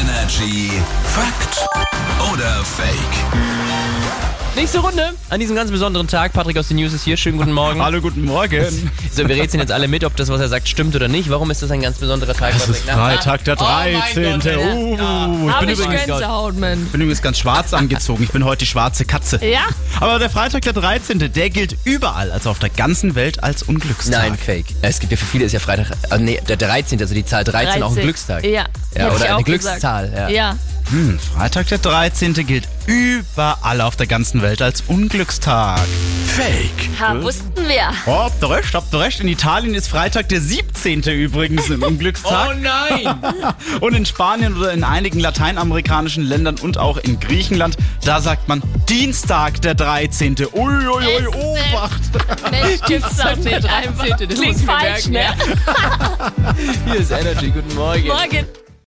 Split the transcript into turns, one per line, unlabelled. Energy Fakt oder Fake?
Nächste Runde an diesem ganz besonderen Tag. Patrick aus den News ist hier. Schönen guten Morgen.
Hallo, guten Morgen.
So, wir rätseln jetzt alle mit, ob das, was er sagt, stimmt oder nicht. Warum ist das ein ganz besonderer Tag,
Es
Patrick?
ist
Na,
Freitag, der
Oh mein
13.
Gott, Alter.
uh, ich
Hab
bin
ich
übrigens,
Gänsehaut, Mann.
bin übrigens ganz schwarz angezogen. Ich bin heute die schwarze Katze.
Ja?
Aber der Freitag, der 13., der gilt überall, also auf der ganzen Welt, als Unglückstag.
Nein, Fake. Es gibt ja für viele ist ja Freitag, ah, nee, der 13., also die Zahl 13, auch ein
13.
Glückstag.
Ja.
ja
Hätte
oder
ich
eine
auch
Glückszahl. Ja.
Gesagt. Ja.
Hm, Freitag, der 13. gilt überall auf der ganzen Welt als Unglückstag.
Fake.
Hm?
Ha, wussten wir.
Habt ihr recht, habt ihr recht. In Italien ist Freitag der 17. übrigens ein Unglückstag.
nein!
Und in Spanien oder in einigen lateinamerikanischen Ländern und auch in Griechenland, da sagt man Dienstag, der 13. Uiuiui,
Es ist
Obacht.
Mensch, gibt's doch nicht. Einfach. Klingt falsch, ne?
Hier ist Energy. Guten Morgen.
Morgen.